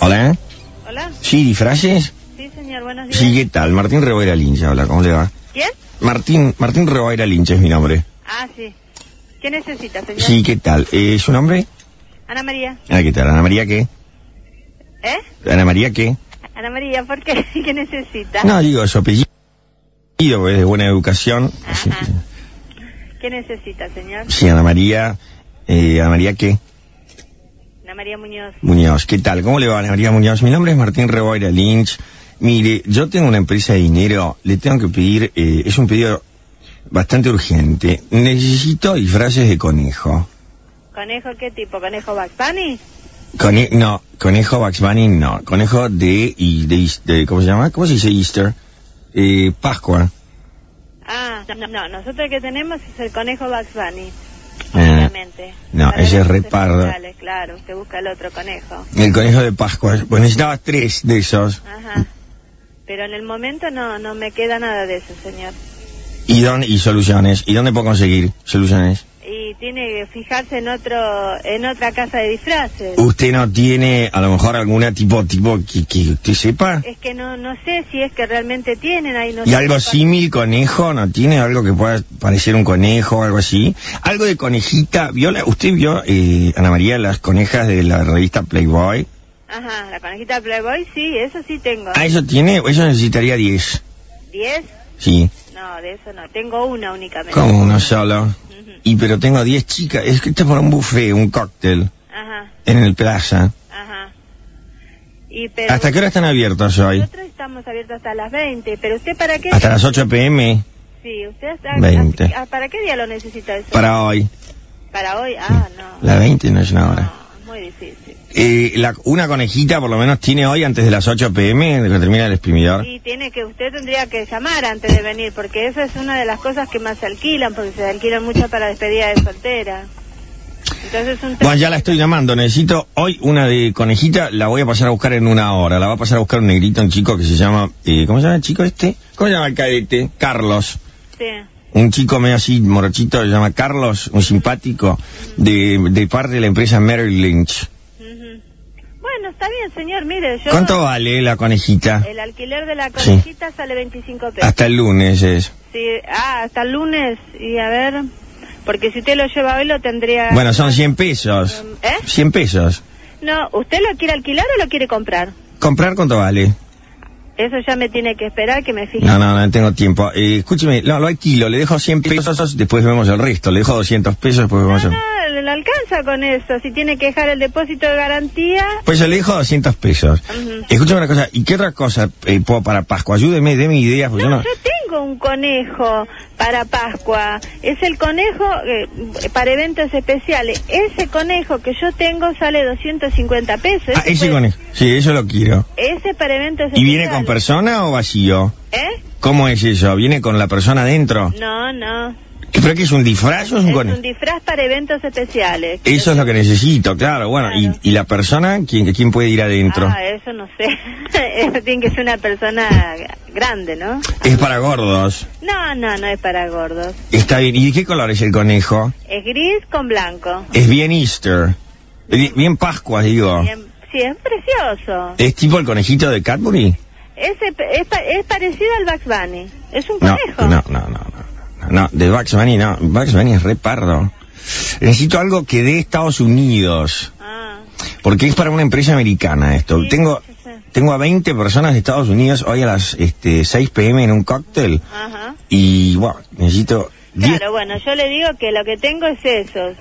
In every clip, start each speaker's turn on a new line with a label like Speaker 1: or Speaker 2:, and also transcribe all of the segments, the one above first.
Speaker 1: Hola.
Speaker 2: Hola.
Speaker 1: Sí, disfraces.
Speaker 2: Sí, señor, buenos días.
Speaker 1: Sí, ¿qué tal? Martín Reboera Lincha, habla, ¿cómo le va?
Speaker 2: ¿Quién?
Speaker 1: Martín, Martín Reboera Lincha es mi nombre.
Speaker 2: Ah, sí. ¿Qué necesita, señor?
Speaker 1: Sí, ¿qué tal? Eh, ¿Su nombre?
Speaker 2: Ana María.
Speaker 1: Ah, ¿qué tal? Ana María, ¿qué?
Speaker 2: ¿Eh?
Speaker 1: Ana María, ¿qué?
Speaker 2: Ana María, ¿por qué? ¿Qué necesita?
Speaker 1: No, digo, su apellido pues, de buena educación. Así
Speaker 2: Ajá. ¿Qué necesita, señor?
Speaker 1: que- Sí, Ana María, eh, Ana María, ¿qué?
Speaker 2: Ana María Muñoz.
Speaker 1: Muñoz, ¿qué tal? ¿Cómo le va, Ana María Muñoz? Mi nombre es Martín Reboira Lynch. Mire, yo tengo una empresa de dinero, le tengo que pedir, eh, es un pedido bastante urgente. Necesito disfraces de conejo.
Speaker 2: ¿Conejo qué tipo? ¿Conejo Bugs Bunny?
Speaker 1: Cone- no, conejo Bugs Bunny no, conejo de, y de, Eas- de- ¿cómo se llama? ¿Cómo se dice Easter? Eh, Pascua.
Speaker 2: Ah, no, no, nosotros el que tenemos es el conejo Bugs Bunny.
Speaker 1: Eh,
Speaker 2: Obviamente.
Speaker 1: no,
Speaker 2: Para
Speaker 1: ese es
Speaker 2: los
Speaker 1: repardo.
Speaker 2: especiales, Claro, usted busca el otro conejo.
Speaker 1: el conejo de Pascua. Pues necesitaba tres de esos.
Speaker 2: Ajá. Pero en el momento no, no me queda nada de eso, señor.
Speaker 1: ¿Y dónde, y soluciones? ¿Y dónde puedo conseguir soluciones?
Speaker 2: Y tiene que fijarse en otro, en otra casa de disfraces.
Speaker 1: ¿Usted no tiene a lo mejor alguna tipo, tipo que, que usted sepa?
Speaker 2: Es que no, no sé si es que realmente tienen ahí. No
Speaker 1: ¿Y
Speaker 2: sé
Speaker 1: algo
Speaker 2: cuál-
Speaker 1: símil conejo? ¿No tiene algo que pueda parecer un conejo o algo así? ¿Algo de conejita? ¿Vio la- ¿Usted vio, eh, Ana María, las conejas de la revista Playboy?
Speaker 2: Ajá, la conejita Playboy, sí, eso sí tengo.
Speaker 1: Ah, eso tiene, eso necesitaría 10.
Speaker 2: ¿Diez?
Speaker 1: Sí.
Speaker 2: No, de eso no. Tengo una únicamente.
Speaker 1: Como uno solo.
Speaker 2: Ujú.
Speaker 1: Y pero tengo 10 chicas. Es que esto es para un buffet, un cóctel,
Speaker 2: Ajá,
Speaker 1: en el plaza.
Speaker 2: ajá. Y pero
Speaker 1: ¿Hasta qué hora están abiertos hoy?
Speaker 2: nosotros estamos abiertos hasta las 20, pero usted para qué...
Speaker 1: Hasta las 8 pm.
Speaker 2: Sí, usted hasta...
Speaker 1: 20.
Speaker 2: ah, ¿Para qué día lo necesita eso?
Speaker 1: Para hoy.
Speaker 2: Para hoy, ah, no.
Speaker 1: La 20 no es una hora.
Speaker 2: No, muy difícil.
Speaker 1: Eh, la- una conejita por lo menos tiene hoy antes de las 8 pm, de que termina el exprimidor.
Speaker 2: Y tiene que, usted tendría que llamar antes de venir, porque esa es una de las cosas que más se alquilan, porque se alquilan mucho para despedida de soltera. Entonces un
Speaker 1: Bueno, ya la estoy llamando. Necesito hoy una de conejita. La voy a pasar a buscar en una hora. La va a pasar a buscar un negrito, un chico que se llama... eh, ¿Cómo se llama el chico este? ¿Cómo se llama el cadete? Carlos.
Speaker 2: Sí.
Speaker 1: un chico medio así morochito, se llama Carlos, un simpático, de, de parte de la empresa Merrill Lynch.
Speaker 2: Ujú. Bueno, está bien, señor, mire, yo...
Speaker 1: ¿Cuánto vale la conejita?
Speaker 2: El alquiler de la conejita sale 25 pesos.
Speaker 1: Hasta el lunes es.
Speaker 2: Sí, ah, hasta el lunes, y a ver, porque si usted lo lleva hoy lo tendría...
Speaker 1: Bueno, son 100 pesos.
Speaker 2: ¿Eh?
Speaker 1: 100 pesos.
Speaker 2: No, ¿usted lo quiere alquilar o lo quiere comprar?
Speaker 1: ¿Comprar cuánto vale?
Speaker 2: Eso ya me tiene que esperar que me fije.
Speaker 1: No, no, no tengo tiempo. Eh, escúcheme, no, lo alquilo, le dejo 100 pesos, después vemos el resto. Le dejo 200 pesos, después
Speaker 2: No,
Speaker 1: vemos el...
Speaker 2: no, le le alcanza con eso. Si tiene que dejar el depósito de garantía.
Speaker 1: Pues yo le dejo 200 pesos.
Speaker 2: Ujú.
Speaker 1: Escúchame una cosa, ¿y qué otra cosa eh, puedo para Pascua? Ayúdeme, déme ideas, porque yo
Speaker 2: No,
Speaker 1: no...
Speaker 2: yo tengo un conejo para Pascua. Es el conejo eh, para eventos especiales. Ese conejo que yo tengo sale 250 pesos.
Speaker 1: Ah, ese
Speaker 2: fue-
Speaker 1: conejo. Sí, eso lo quiero.
Speaker 2: Ese para eventos especiales.
Speaker 1: ¿Y viene con persona o vacío?
Speaker 2: ¿Eh?
Speaker 1: ¿Cómo es eso? ¿Viene con la persona adentro?
Speaker 2: No, no.
Speaker 1: ¿Pero que es un disfraz o es un
Speaker 2: es
Speaker 1: conejo?
Speaker 2: un disfraz para eventos especiales.
Speaker 1: Eso es lo que necesito, claro. Bueno,
Speaker 2: Claro.
Speaker 1: Y, y la persona? ¿Quién, quién puede ir adentro?
Speaker 2: Ah, eso no sé. Eso tiene que ser una persona grande, ¿no?
Speaker 1: Es para gordos.
Speaker 2: No, no, no es para gordos.
Speaker 1: Está bien. ¿Y de qué color es el conejo?
Speaker 2: Es gris con blanco.
Speaker 1: Es bien Easter. Bien, bien Pascua, digo.
Speaker 2: Bien, Sí, es precioso.
Speaker 1: ¿Es tipo el conejito de Cadbury?
Speaker 2: Ese pe- es, pa- es parecido al Bugs Bunny. Es un
Speaker 1: No,
Speaker 2: conejo.
Speaker 1: no, no, no, no. No, de Bugs Bunny no. Bugs Bunny es repardo. Necesito algo que dé Estados Unidos.
Speaker 2: Ah,
Speaker 1: Porque es para una empresa americana esto.
Speaker 2: Sí,
Speaker 1: Tengo
Speaker 2: sí, sí.
Speaker 1: tengo a 20 personas de Estados Unidos hoy a las este, 6 pm en un cóctel
Speaker 2: ajá.
Speaker 1: y bueno, necesito 10.
Speaker 2: Claro, bueno, yo le digo que lo que tengo es eso.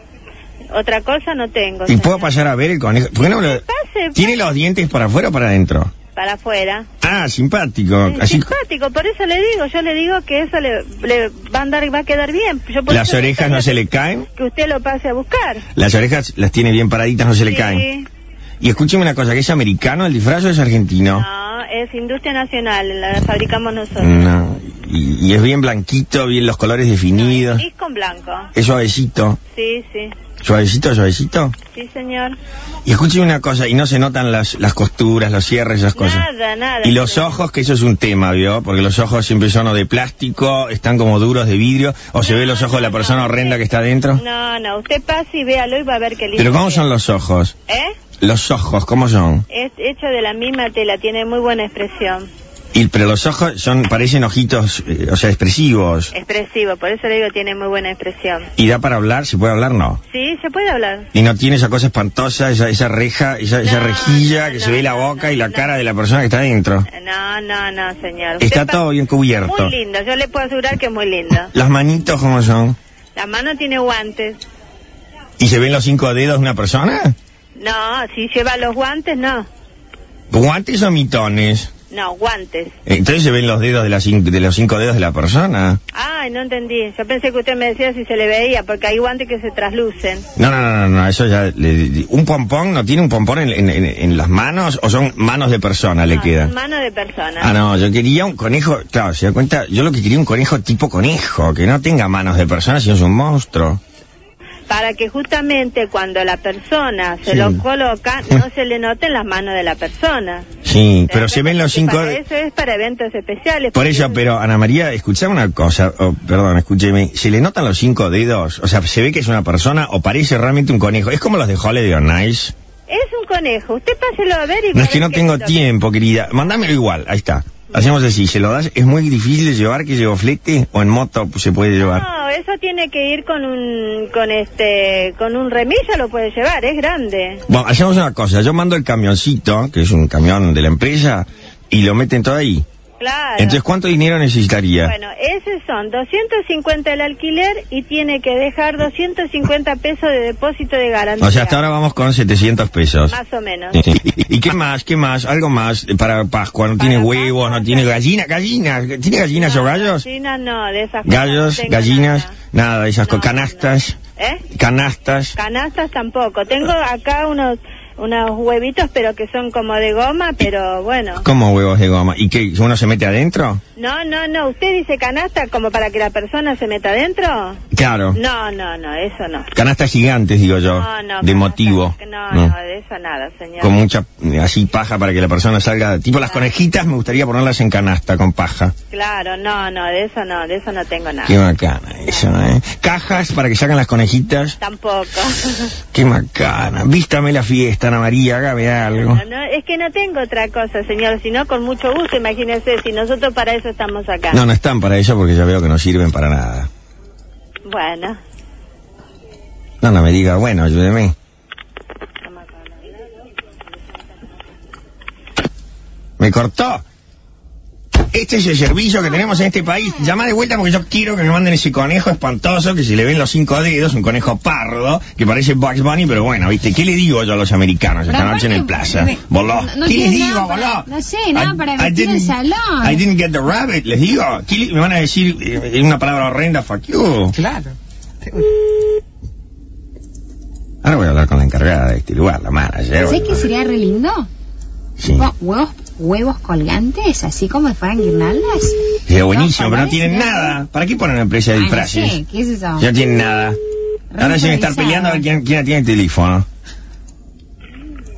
Speaker 2: Otra cosa no tengo.
Speaker 1: y
Speaker 2: señor.
Speaker 1: puedo pasar a ver el conejo. ¿Por qué no me lo-
Speaker 2: Pase,
Speaker 1: ¿Tiene
Speaker 2: pase
Speaker 1: los dientes para afuera o para adentro?
Speaker 2: para afuera.
Speaker 1: Ah, simpático.
Speaker 2: Es
Speaker 1: Así
Speaker 2: simpático, por eso le digo, yo le digo que eso le, le va a andar, va a quedar bien. Yo por
Speaker 1: las
Speaker 2: eso le
Speaker 1: orejas no
Speaker 2: gustaría
Speaker 1: se le caen.
Speaker 2: Que usted lo pase a buscar.
Speaker 1: Las orejas las tiene bien paraditas, no se le caen.
Speaker 2: Sí.
Speaker 1: Y escúcheme una cosa, ¿que es americano el disfraz o es argentino?
Speaker 2: No, es industria nacional, la fabricamos nosotros.
Speaker 1: No. Y, y es bien blanquito, bien los colores definidos.
Speaker 2: Gris con blanco.
Speaker 1: Es suavecito.
Speaker 2: Sí, sí.
Speaker 1: Suavecito, suavecito.
Speaker 2: Sí, señor.
Speaker 1: Y escúcheme una cosa, y no se notan las, las costuras, los cierres, esas cosas.
Speaker 2: Nada, nada.
Speaker 1: Y los
Speaker 2: señor.
Speaker 1: ojos, que eso es un tema, ¿vio? Porque los ojos siempre son o de plástico, están como duros de vidrio, o se
Speaker 2: No,
Speaker 1: ve los ojos de la
Speaker 2: no,
Speaker 1: persona
Speaker 2: no,
Speaker 1: horrenda
Speaker 2: sí.
Speaker 1: que está adentro.
Speaker 2: No, no, usted pase y véalo y va a ver qué lindo.
Speaker 1: Pero ¿cómo
Speaker 2: que
Speaker 1: son
Speaker 2: es.
Speaker 1: los ojos?
Speaker 2: ¿Eh?
Speaker 1: Los ojos, ¿cómo son?
Speaker 2: Es hecho de la misma tela, tiene muy buena expresión.
Speaker 1: Y, pero los ojos son, parecen ojitos, eh, o sea, expresivos.
Speaker 2: Expresivo, por eso le digo tiene muy buena expresión.
Speaker 1: ¿Y da para hablar? ¿Se puede hablar? No.
Speaker 2: Sí, se puede hablar.
Speaker 1: Y no tiene esa cosa espantosa, esa, esa reja, esa, esa
Speaker 2: No,
Speaker 1: rejilla
Speaker 2: no,
Speaker 1: que
Speaker 2: no,
Speaker 1: se ve la
Speaker 2: no,
Speaker 1: boca
Speaker 2: no,
Speaker 1: y la
Speaker 2: no.
Speaker 1: cara de la persona que está adentro.
Speaker 2: No, no, no, señor. Usted
Speaker 1: Está
Speaker 2: pa-
Speaker 1: todo bien cubierto.
Speaker 2: Muy lindo, yo le puedo asegurar que es muy lindo.
Speaker 1: Las manitos, ¿cómo son?
Speaker 2: La mano tiene guantes.
Speaker 1: ¿Y se ven los cinco dedos de una persona?
Speaker 2: No, si lleva los guantes, no.
Speaker 1: ¿Guantes o mitones?
Speaker 2: No, guantes.
Speaker 1: Entonces se ven los dedos de, las cin- de los cinco dedos de la persona.
Speaker 2: Ay, no entendí. Yo pensé que usted me decía si se le veía, porque hay guantes que se traslucen.
Speaker 1: No, no, no, no, no, eso ya... le- ¿Un pompón no tiene un pompón en, en- en- en las manos o son manos de persona le
Speaker 2: No,
Speaker 1: quedan?
Speaker 2: son Mano de persona.
Speaker 1: Ah, no, yo quería un conejo, claro, se da cuenta, yo lo que quería un conejo tipo conejo, que no tenga manos de persona, sino es un monstruo.
Speaker 2: Para que justamente cuando la persona se
Speaker 1: Sí.
Speaker 2: lo coloca, no se le noten las manos de la persona.
Speaker 1: Sí, pero se ven los cinco...
Speaker 2: Para eso es para eventos especiales.
Speaker 1: Por
Speaker 2: porque-
Speaker 1: eso, pero Ana María, escuchame una cosa, o, perdón, escúcheme, ¿se le notan los cinco dedos? O sea, ¿se ve que es una persona o parece realmente un conejo? Es como los de Holiday on Ice.
Speaker 2: Es un conejo. Usted páselo a ver y...
Speaker 1: No es que
Speaker 2: verá
Speaker 1: no tengo
Speaker 2: lo-
Speaker 1: tiempo, ¿eh? querida. Mándamelo igual, ahí está. Hacemos así, ¿se lo das? ¿Es muy difícil de llevar que llevo flete o en moto se puede llevar?
Speaker 2: No, eso tiene que ir con un, con este, con un remillo lo puede llevar, es grande.
Speaker 1: Bueno, hacemos una cosa, yo mando el camioncito, que es un camión de la empresa, y lo meten todo ahí.
Speaker 2: Claro.
Speaker 1: Entonces, ¿cuánto dinero necesitaría?
Speaker 2: Bueno, esos son 250 el alquiler y tiene que dejar 250 pesos de depósito de garantía.
Speaker 1: o sea, hasta ahora vamos con 700 pesos.
Speaker 2: Más o menos.
Speaker 1: Sí. ¿Y y qué más? ¿Qué más? ¿Algo más Eh, para Pascua? ¿No tiene huevos? ¿No tiene gallina? ¿Gallina? ¿Tiene gallinas o gallos?
Speaker 2: Gallinas no, de esas cosas
Speaker 1: Gallos,
Speaker 2: no tengo
Speaker 1: gallinas, nada, de esas
Speaker 2: No,
Speaker 1: co- canastas,
Speaker 2: nada. ¿Eh?
Speaker 1: canastas.
Speaker 2: Canastas tampoco. Tengo acá unos, unos huevitos, pero que son como de goma, pero bueno.
Speaker 1: ¿Cómo huevos de goma? ¿Y qué? ¿Uno se mete adentro?
Speaker 2: No, no, no. ¿Usted dice canasta como para que la persona se meta adentro?
Speaker 1: Claro.
Speaker 2: No, no, no, eso no.
Speaker 1: Canastas gigantes, digo yo.
Speaker 2: No, no.
Speaker 1: de
Speaker 2: canasta-
Speaker 1: motivo.
Speaker 2: No,
Speaker 1: ¿no?
Speaker 2: no, de eso nada, señor.
Speaker 1: Con mucha, eh, así paja para que la persona salga. Tipo las conejitas, me gustaría ponerlas en canasta con paja.
Speaker 2: Claro, no, no, de eso no, de eso no tengo nada.
Speaker 1: Qué bacana eso, ¿eh? Cajas para que salgan las conejitas.
Speaker 2: Tampoco.
Speaker 1: Qué macana. Vístame la fiesta, Ana María, hágame algo.
Speaker 2: No, no, es que no tengo otra cosa, señor, sino con mucho gusto, imagínese, si nosotros para eso estamos acá.
Speaker 1: No, no están para eso porque ya veo que no sirven para nada.
Speaker 2: Bueno.
Speaker 1: No, no me diga, bueno, ayúdeme. Me cortó. Este es el servicio que tenemos en este país. Llama de vuelta porque yo quiero que me manden ese conejo espantoso que se le ven los cinco dedos, un conejo pardo que parece Bugs Bunny, pero bueno, ¿viste? ¿Qué le digo yo a los americanos esta
Speaker 3: Pero
Speaker 1: noche en el
Speaker 3: aparte,
Speaker 1: plaza?
Speaker 3: me-
Speaker 1: Voló.
Speaker 3: no- no
Speaker 1: ¿Qué les
Speaker 3: tiene nada
Speaker 1: digo,
Speaker 3: para-
Speaker 1: voló?
Speaker 3: no sé, nada para vestir el
Speaker 1: didn't-
Speaker 3: salón.
Speaker 1: I didn't get the rabbit, les digo. ¿Qué le- me van a decir eh, una palabra horrenda, fuck you?
Speaker 4: Claro.
Speaker 1: Ahora voy a hablar con la encargada de este lugar, la manager.
Speaker 3: ¿Sabes qué sería re lindo?
Speaker 1: Sí.
Speaker 3: Bueno, huevos, huevos colgantes, así como si fueran guirnaldas.
Speaker 1: Sería buenísimo,
Speaker 3: No,
Speaker 1: pero no
Speaker 3: parece,
Speaker 1: tienen
Speaker 3: ¿no?
Speaker 1: nada. ¿Para qué ponen una empresa de
Speaker 3: Ay, no
Speaker 1: disfraces?
Speaker 3: sé, ¿qué es eso?
Speaker 1: Ya tienen nada. Ahora se van a estar
Speaker 3: Revitalizado.
Speaker 1: peleando a ver quién, quién tiene el teléfono.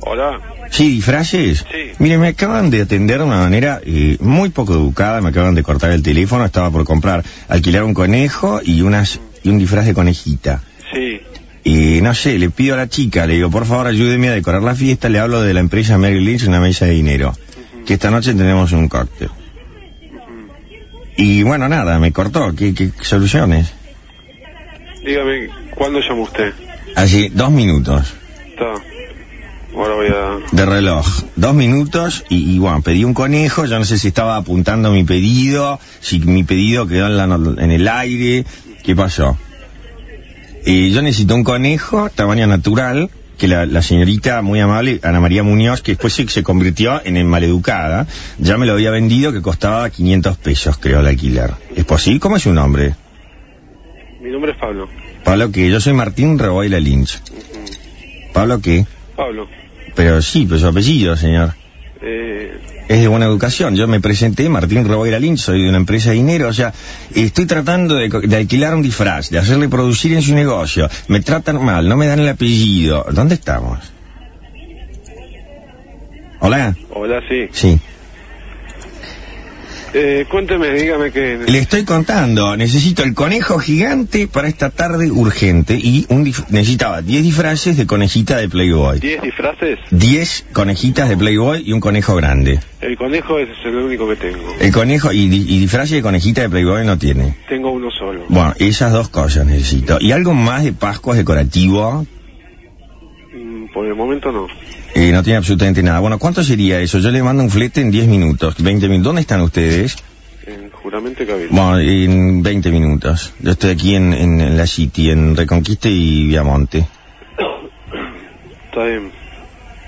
Speaker 5: Hola.
Speaker 1: Sí, disfraces.
Speaker 5: Sí.
Speaker 1: Mire, me acaban de atender de una manera eh, muy poco educada, me acaban de cortar el teléfono, estaba por comprar, alquilar un conejo y unas y un disfraz de conejita.
Speaker 5: Sí.
Speaker 1: Y no sé, le pido a la chica, le digo, por favor ayúdeme a decorar la fiesta, le hablo de la empresa Mary Lynch, una mesa de dinero, que esta noche tenemos un cóctel. Y bueno, nada, me cortó, ¿qué, qué soluciones?
Speaker 5: Dígame, ¿cuándo llama usted?
Speaker 1: Así, dos minutos
Speaker 5: Está. Ahora voy a...
Speaker 1: de reloj, dos minutos y, y bueno, pedí un conejo, yo no sé si estaba apuntando mi pedido, si mi pedido quedó en, la no- en el aire, ¿qué pasó? Eh, yo necesito un conejo, tamaño natural, que la, la señorita muy amable, Ana María Muñoz, que después se, se convirtió en el maleducada, ya me lo había vendido que costaba 500 pesos, creo, el alquiler. ¿Es posible? ¿Cómo es su nombre?
Speaker 5: Mi nombre es Pablo.
Speaker 1: Pablo, que yo soy Martín Reboyla Lynch. Pablo, que...
Speaker 5: Pablo.
Speaker 1: Pero sí, pero su apellido, señor.
Speaker 5: Eh,
Speaker 1: Es de buena educación. Yo me presenté, Martín Robaira Lynch, soy de una empresa de dinero. O sea, estoy tratando de, co- de alquilar un disfraz, de hacerle producir en su negocio. Me tratan mal, no me dan el apellido. ¿Dónde estamos? ¿Hola?
Speaker 5: hola, sí.
Speaker 1: Sí.
Speaker 5: Eh, cuénteme, dígame que...
Speaker 1: Le estoy contando, necesito el conejo gigante para esta tarde urgente y un dif- necesitaba 10 disfraces de conejita de Playboy.
Speaker 5: ¿Diez disfraces?
Speaker 1: 10 conejitas de Playboy y un conejo grande.
Speaker 5: El conejo es el único que tengo.
Speaker 1: El conejo y, di- y disfraces de conejita de Playboy no tiene.
Speaker 5: Tengo uno solo.
Speaker 1: Bueno, esas dos cosas necesito. Y algo más de Pascuas decorativo,
Speaker 5: Mm, Por el momento no.
Speaker 1: eh, no tiene absolutamente nada. Bueno, ¿cuánto sería eso? Yo le mando un flete en 10 minutos, 20 minutos. ¿Dónde están ustedes?
Speaker 5: En juramento y cabildo.
Speaker 1: Bueno, en 20 minutos. Yo estoy aquí en, en- en la City, en Reconquista y Viamonte.
Speaker 5: Está bien.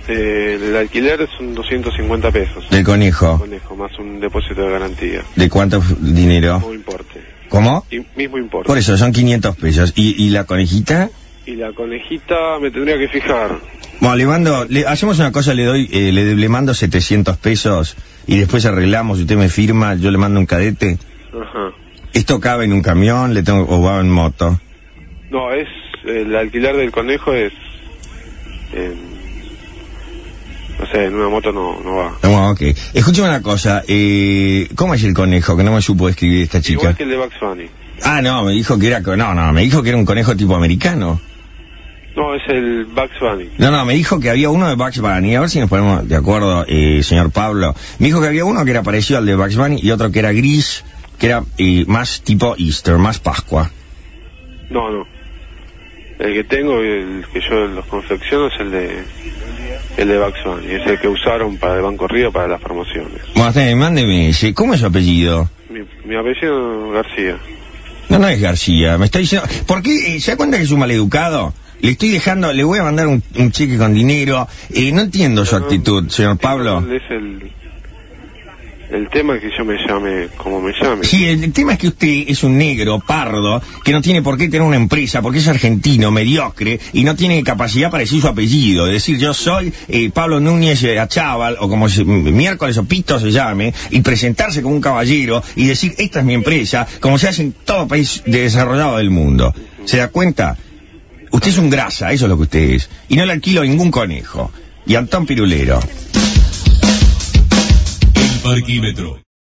Speaker 5: Eh, el alquiler son 250 pesos.
Speaker 1: Del conejo.
Speaker 5: Conejo, más un depósito de garantía.
Speaker 1: ¿De cuánto f- dinero?
Speaker 5: Mismo importe.
Speaker 1: ¿Cómo?
Speaker 5: Y, mismo importe.
Speaker 1: Ah. Por eso, son 500 pesos. ¿Y, y la conejita?
Speaker 5: Y la conejita me tendría que fijar.
Speaker 1: Bueno, le mando, le- hacemos una cosa, le doy, eh, le, le mando 700 pesos y después arreglamos, usted me firma, yo le mando un cadete.
Speaker 5: Ajá.
Speaker 1: ¿Esto cabe en un camión le tengo, o va en moto?
Speaker 5: No, es... El alquiler del conejo es... eh, no sé, en una moto no, no va.
Speaker 1: Bueno, ok. Escúcheme una cosa, eh, ¿cómo es el conejo? Que no me supo escribir esta chica.
Speaker 5: Igual que el de Bugs Bunny.
Speaker 1: Ah, no, me dijo que era, co- no, no, me dijo que era un conejo tipo americano.
Speaker 5: No, es el Bugs Bunny.
Speaker 1: No, no, me dijo que había uno de Bugs Bunny. A ver si nos ponemos de acuerdo, eh, señor Pablo. Me dijo que había uno que era parecido al de Bugs Bunny y otro que era gris, que era eh, más tipo Easter, más Pascua.
Speaker 5: No, no. El que tengo y el que yo los confecciono es el de... El de Bugs Bunny. Es el que usaron para el Banco Río para las promociones.
Speaker 1: Bueno, está bien, mándeme ese. ¿Cómo es su apellido?
Speaker 5: Mi, mi apellido es García.
Speaker 1: No, no es García. Me está diciendo... ¿Por qué? eh, ¿Se da cuenta que es un maleducado? Le estoy dejando... Le voy a mandar un, un cheque con dinero. Eh, no entiendo su
Speaker 5: No, no,
Speaker 1: actitud, señor Pablo.
Speaker 5: Es el, el tema que yo me llame como me llame.
Speaker 1: Sí, el tema es que usted es un negro, pardo, que no tiene por qué tener una empresa, porque es argentino, mediocre, y no tiene capacidad para decir su apellido. Es decir, yo soy eh, Pablo Núñez eh, Achával, o como se- m- miércoles o pito se llame, y presentarse como un caballero y decir, esta es mi empresa, como se hace en todo país de- desarrollado del mundo. ¿Se da cuenta? Usted es un grasa, eso es lo que usted es. Y no le alquilo ningún conejo. Y Antón Pirulero.
Speaker 4: El parquímetro.